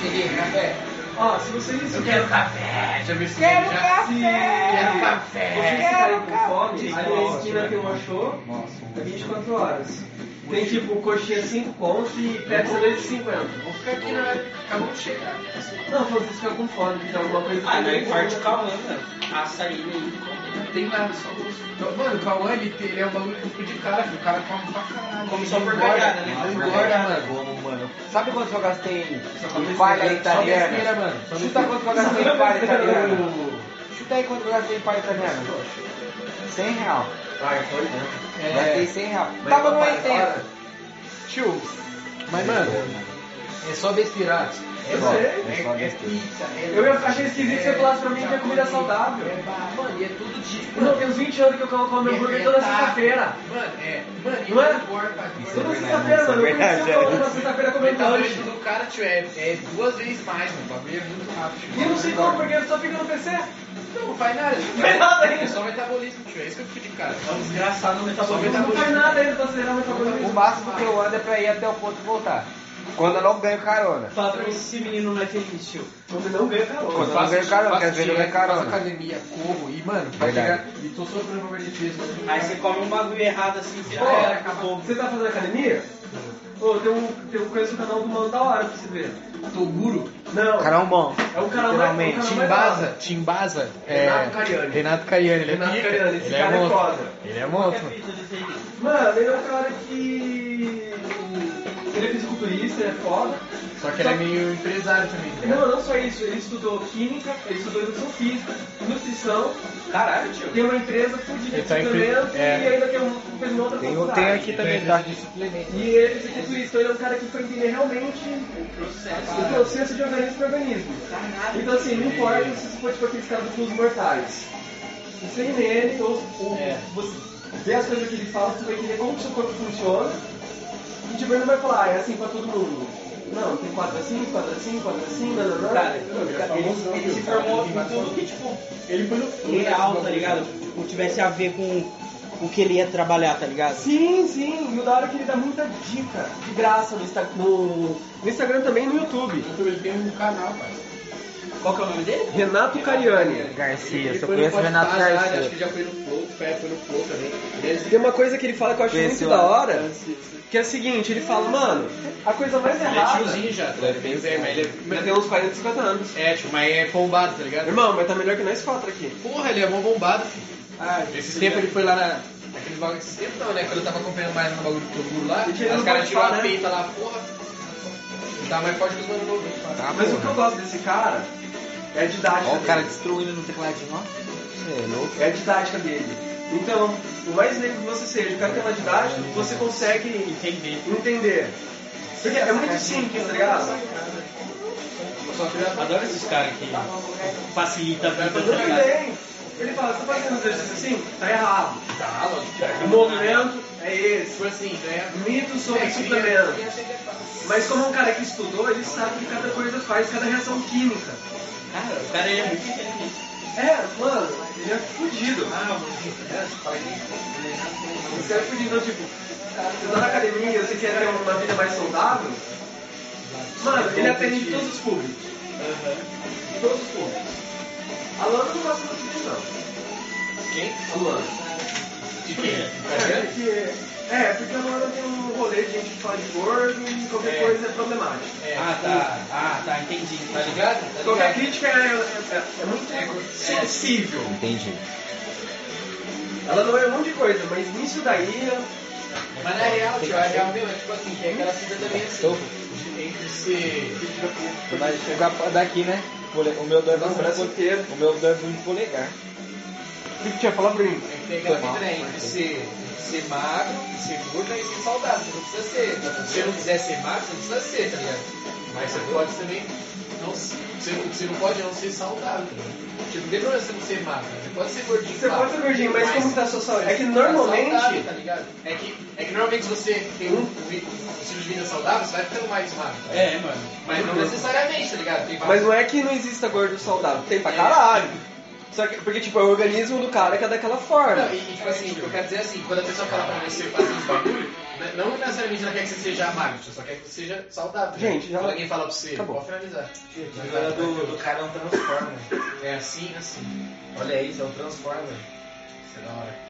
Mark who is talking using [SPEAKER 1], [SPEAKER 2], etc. [SPEAKER 1] cerveja, café. Ó, se vocês.
[SPEAKER 2] Eu quero café. Já me senti
[SPEAKER 3] Quero
[SPEAKER 2] já.
[SPEAKER 3] café.
[SPEAKER 2] Quero
[SPEAKER 1] Vocês
[SPEAKER 2] café.
[SPEAKER 3] Quero
[SPEAKER 1] ficarem tá com
[SPEAKER 3] café.
[SPEAKER 1] fome, ali na
[SPEAKER 4] Nossa,
[SPEAKER 1] esquina tem um
[SPEAKER 4] velho.
[SPEAKER 1] show,
[SPEAKER 4] Nossa,
[SPEAKER 1] é 24 horas. Tem tipo coxinha 5 contos e Pepsi 2,50.
[SPEAKER 2] Vou ficar aqui
[SPEAKER 1] né?
[SPEAKER 2] na. Acabou de chegar.
[SPEAKER 1] Não, quando vocês ficam com fome, tem alguma coisa
[SPEAKER 5] Ah,
[SPEAKER 1] que-
[SPEAKER 5] não é forte calma, né? Açaí nem
[SPEAKER 2] Não tem nada, só gosto. Então, Mano, o Cauã, ele, tem- ele é um bagulho que eu fico de cara, que o cara come pra caralho.
[SPEAKER 5] Come só
[SPEAKER 2] Ele
[SPEAKER 5] por
[SPEAKER 2] engorda.
[SPEAKER 5] cagada, né?
[SPEAKER 2] Ele
[SPEAKER 4] Agora,
[SPEAKER 2] engorda, mano.
[SPEAKER 4] mano, mano.
[SPEAKER 6] Sabe quanto que eu gastei em
[SPEAKER 2] besteira,
[SPEAKER 6] palha
[SPEAKER 2] só besteira,
[SPEAKER 6] italiana?
[SPEAKER 2] mano, só
[SPEAKER 6] Chuta quanto que eu gastei em palha italiana. Chuta aí quanto que eu gastei em palha italiana. 100 real.
[SPEAKER 1] Ah, foi, né?
[SPEAKER 6] Gastei 100 real. Tá Tava no 80. Tio.
[SPEAKER 2] Mas, mano, é só besteira.
[SPEAKER 1] Eu
[SPEAKER 6] Só,
[SPEAKER 1] sei.
[SPEAKER 6] é só besteira.
[SPEAKER 1] é Eu ia achei esquisito que você falasse pra mim que é comida saudável.
[SPEAKER 2] Mano, e é tudo de.
[SPEAKER 1] Não, tem uns 20 anos que eu coloco meu hambúrguer toda sexta-feira.
[SPEAKER 2] Mano, é. Mano, e
[SPEAKER 1] Não é?
[SPEAKER 2] o gordo faz gordo.
[SPEAKER 1] Toda sexta-feira,
[SPEAKER 2] é
[SPEAKER 1] mano. Eu conheci o Paulo na sexta-feira
[SPEAKER 2] O
[SPEAKER 1] comendo
[SPEAKER 2] metabolismo
[SPEAKER 1] lanche.
[SPEAKER 2] do cara, tio, é, é duas vezes mais, mano. O bagulho é muito rápido.
[SPEAKER 1] E eu não sei como, porque ele só fica no PC.
[SPEAKER 2] Não, não faz nada. Não
[SPEAKER 1] faz nada ainda.
[SPEAKER 2] É só metabolismo, tio. É isso que eu fico de cara.
[SPEAKER 5] É um desgraçado no
[SPEAKER 1] Ele não
[SPEAKER 5] metabolismo.
[SPEAKER 1] faz nada ainda tá pra acelerar o
[SPEAKER 6] O
[SPEAKER 1] metabolismo.
[SPEAKER 6] máximo que eu ando é pra ir até o ponto e voltar. Quando eu não ganho carona.
[SPEAKER 5] Fala pra esse menino não é feliz, tio.
[SPEAKER 1] Você não ganha
[SPEAKER 2] tá
[SPEAKER 1] calor.
[SPEAKER 6] Quando eu não ganho carona, porque às vezes eu ganho
[SPEAKER 2] direto, faço
[SPEAKER 6] carona.
[SPEAKER 2] academia, corro e, mano, vai chegar.
[SPEAKER 6] Verdade.
[SPEAKER 2] E tô sofrendo pra perder peso.
[SPEAKER 5] Aí você come um bagulho errado assim, que já era,
[SPEAKER 1] Ô,
[SPEAKER 5] acabou.
[SPEAKER 1] você tá fazendo academia? Ô, tem um, tem um conheço o canal do Mano da Hora pra você ver.
[SPEAKER 2] Toguro,
[SPEAKER 1] Não,
[SPEAKER 6] Carão um bom.
[SPEAKER 1] é o canal mais... é o canal mais da
[SPEAKER 2] Timbaza,
[SPEAKER 1] hora.
[SPEAKER 2] Timbaza,
[SPEAKER 1] Renato
[SPEAKER 2] é,
[SPEAKER 1] Cariani.
[SPEAKER 2] Renato Cariani, ele é
[SPEAKER 1] Renato
[SPEAKER 2] pica,
[SPEAKER 1] Cariani, esse
[SPEAKER 2] ele
[SPEAKER 1] cara é
[SPEAKER 2] é monstro,
[SPEAKER 1] foda.
[SPEAKER 2] ele é
[SPEAKER 5] Qual que é a
[SPEAKER 2] monstro.
[SPEAKER 5] fita desse aí?
[SPEAKER 1] Mano, ele é um cara que... Ele é fisiculturista, ele é foda.
[SPEAKER 2] Só que ele é meio empresário também, tá ligado?
[SPEAKER 1] Não, não só isso, ele estudou química, ele estudou educação física, nutrição,
[SPEAKER 5] Caralho, tio.
[SPEAKER 1] tem uma empresa fudida de
[SPEAKER 2] Ele tá em pre-
[SPEAKER 1] suplementos
[SPEAKER 2] é.
[SPEAKER 1] e ainda tem um, fez uma outra
[SPEAKER 6] Tem,
[SPEAKER 1] faculdade.
[SPEAKER 6] tem aqui também, tá?
[SPEAKER 1] E ele é fisiculturista, então ele é um cara que foi entender realmente o processo de organismo para organismo. Então assim, não importa se você for tipo aqueles caras dos Clubes mortais. Você ir nele, ou, ou
[SPEAKER 2] É.
[SPEAKER 1] você vê as coisas que ele fala, você vai entender como que o seu corpo funciona. E tipo, ele não vai falar, ah, é assim pra todo mundo. Não, tem quatro assim, quatro assim, quatro assim, não, não, não.
[SPEAKER 5] Cara, ele, ele se formou em tudo que, tipo, ele foi no real, tá ligado? Não tivesse a ver com o que ele ia trabalhar, tá ligado?
[SPEAKER 1] Sim, sim, e o da hora é que ele dá muita dica de graça no, Insta- no- no Instagram também e no YouTube.
[SPEAKER 2] Ele tem um canal, pai.
[SPEAKER 5] Qual que é o nome dele?
[SPEAKER 1] Renato Cariani.
[SPEAKER 6] Garcia,
[SPEAKER 2] Ele
[SPEAKER 6] só
[SPEAKER 2] foi no
[SPEAKER 6] conheço o
[SPEAKER 2] Podpah
[SPEAKER 6] Renato
[SPEAKER 2] já, ele Acho que
[SPEAKER 6] Garcia.
[SPEAKER 2] já foi no Flow, foi, foi no Flow também. Ele
[SPEAKER 1] Tem uma coisa que ele fala que eu acho
[SPEAKER 6] Conheci
[SPEAKER 1] muito
[SPEAKER 6] o
[SPEAKER 1] da hora,
[SPEAKER 2] é
[SPEAKER 1] que é o seguinte, ele fala, mano, a coisa mais
[SPEAKER 2] Ele é
[SPEAKER 1] errada.
[SPEAKER 2] tiozinho já, tá ligado? Ele é bem velho, mas ele
[SPEAKER 1] Ele tem uns 40, 50 anos.
[SPEAKER 2] é. É, tio, mas é bombado, tá ligado?
[SPEAKER 1] Irmão, mas tá melhor que nós quatro aqui.
[SPEAKER 2] Porra, ele é mó bombado, filho.
[SPEAKER 1] Ah,
[SPEAKER 2] Esses tempos ele foi lá na. Naqueles bagulho esses tempos não, né? Quando eu tava acompanhando mais no bagulho do Toguro lá,
[SPEAKER 1] Ele tirou
[SPEAKER 2] os
[SPEAKER 1] no
[SPEAKER 2] caras
[SPEAKER 1] Podpah,
[SPEAKER 2] tiraram a
[SPEAKER 1] né?
[SPEAKER 2] peita lá, porra. Ele tava mais forte que os manos novos. tá?
[SPEAKER 6] Tá,
[SPEAKER 1] Mas o que eu
[SPEAKER 6] porra.
[SPEAKER 1] gosto desse cara é a didática
[SPEAKER 6] Ó o cara
[SPEAKER 1] dele.
[SPEAKER 6] destruindo no tecladinho, ó. Você é louco.
[SPEAKER 1] É a didática dele. Então, o mais negro que você seja, o cara tem uma didática, você consegue
[SPEAKER 5] Entendi.
[SPEAKER 1] entender. Porque é muito simples, tá ligado?
[SPEAKER 5] Adoro esses caras
[SPEAKER 6] Tá
[SPEAKER 5] que facilita a vida,
[SPEAKER 1] Mas
[SPEAKER 5] tá
[SPEAKER 1] Tudo
[SPEAKER 5] ligado?
[SPEAKER 1] bem. Ele fala, você tá fazendo exercício assim? Tá errado.
[SPEAKER 2] Tá, lógico.
[SPEAKER 1] O movimento é esse.
[SPEAKER 2] Tipo assim, né?
[SPEAKER 1] Mito sobre suplemento. Mas como é um cara que estudou, ele sabe que cada coisa faz, cada reação química.
[SPEAKER 5] Cara, o cara é muito inteligente.
[SPEAKER 1] É, mano, ele é fudido. Você é fudido, então, tipo, você tá na academia, você quer ter uma vida mais saudável? Mano, ele aprende de todos os públicos. De todos os públicos. A Luana não gosta muito disso, não.
[SPEAKER 2] Quem?
[SPEAKER 1] A Luana.
[SPEAKER 2] De quem?
[SPEAKER 1] É, porque, é, porque a Luana tem um rolê de gente que fala de gordo e qualquer
[SPEAKER 5] É.
[SPEAKER 1] coisa é problemática.
[SPEAKER 5] É, Ah, tá. Ah, tá. Entendi. Tá ligado?
[SPEAKER 1] Qualquer crítica é, é- é muito sensível.
[SPEAKER 6] Entendi.
[SPEAKER 1] Ela não é um monte de coisa, mas nisso daí
[SPEAKER 2] Mas na real, tio, a real meu é tipo assim, tem aquela fita também assim. de- Entre ser.
[SPEAKER 6] Você Então vai jogar pra- daqui, né? Pole- O meu dói
[SPEAKER 1] Nossa,
[SPEAKER 6] muito
[SPEAKER 1] parece um
[SPEAKER 6] polegar.
[SPEAKER 1] inteiro.
[SPEAKER 6] O meu dói muito polegar.
[SPEAKER 1] O que que tinha? Fala pra mim.
[SPEAKER 2] É que tem aquela vida, né? Entre ser, ser magro, ser gordo e ser saudável. Você não precisa ser. Se você não quiser ser magro, você não precisa ser, tá ligado? Mas você pode também. Não, se- você, não, você não pode não ser saudável. tá ligado? Tipo, não tem problema você não ser magro. Você pode ser gordinho.
[SPEAKER 1] Você
[SPEAKER 2] magro,
[SPEAKER 1] pode ser gordinho, mas como tá a sua saúde? É que
[SPEAKER 2] tá saudável,
[SPEAKER 1] normalmente.
[SPEAKER 2] tá ligado? É que, é que normalmente se você tem um, um estilo de vida saudável, você vai ficando mais magro. tá ligado?
[SPEAKER 5] É, mano.
[SPEAKER 2] Mas não necessariamente, tá ligado? Tem
[SPEAKER 1] Mas não é que não exista gordo saudável. Tem pra caralho. Só que, porque, tipo, é o organismo do cara que é daquela
[SPEAKER 2] Não,
[SPEAKER 1] forma.
[SPEAKER 2] e, e, tipo assim, o que eu quero dizer é assim, quando a pessoa fala pra você fazer esse bagulho, né, não na necessariamente ela quer que você seja magro, você só quer que você seja saudável.
[SPEAKER 5] Gente,
[SPEAKER 2] né?
[SPEAKER 5] já-
[SPEAKER 2] Quando alguém fala pra você,
[SPEAKER 5] acabou.
[SPEAKER 2] pode finalizar.
[SPEAKER 6] A galera do, do cara é um Transformer.
[SPEAKER 2] É assim, assim.
[SPEAKER 6] Olha isso, é um Transformer.
[SPEAKER 2] Isso é da hora.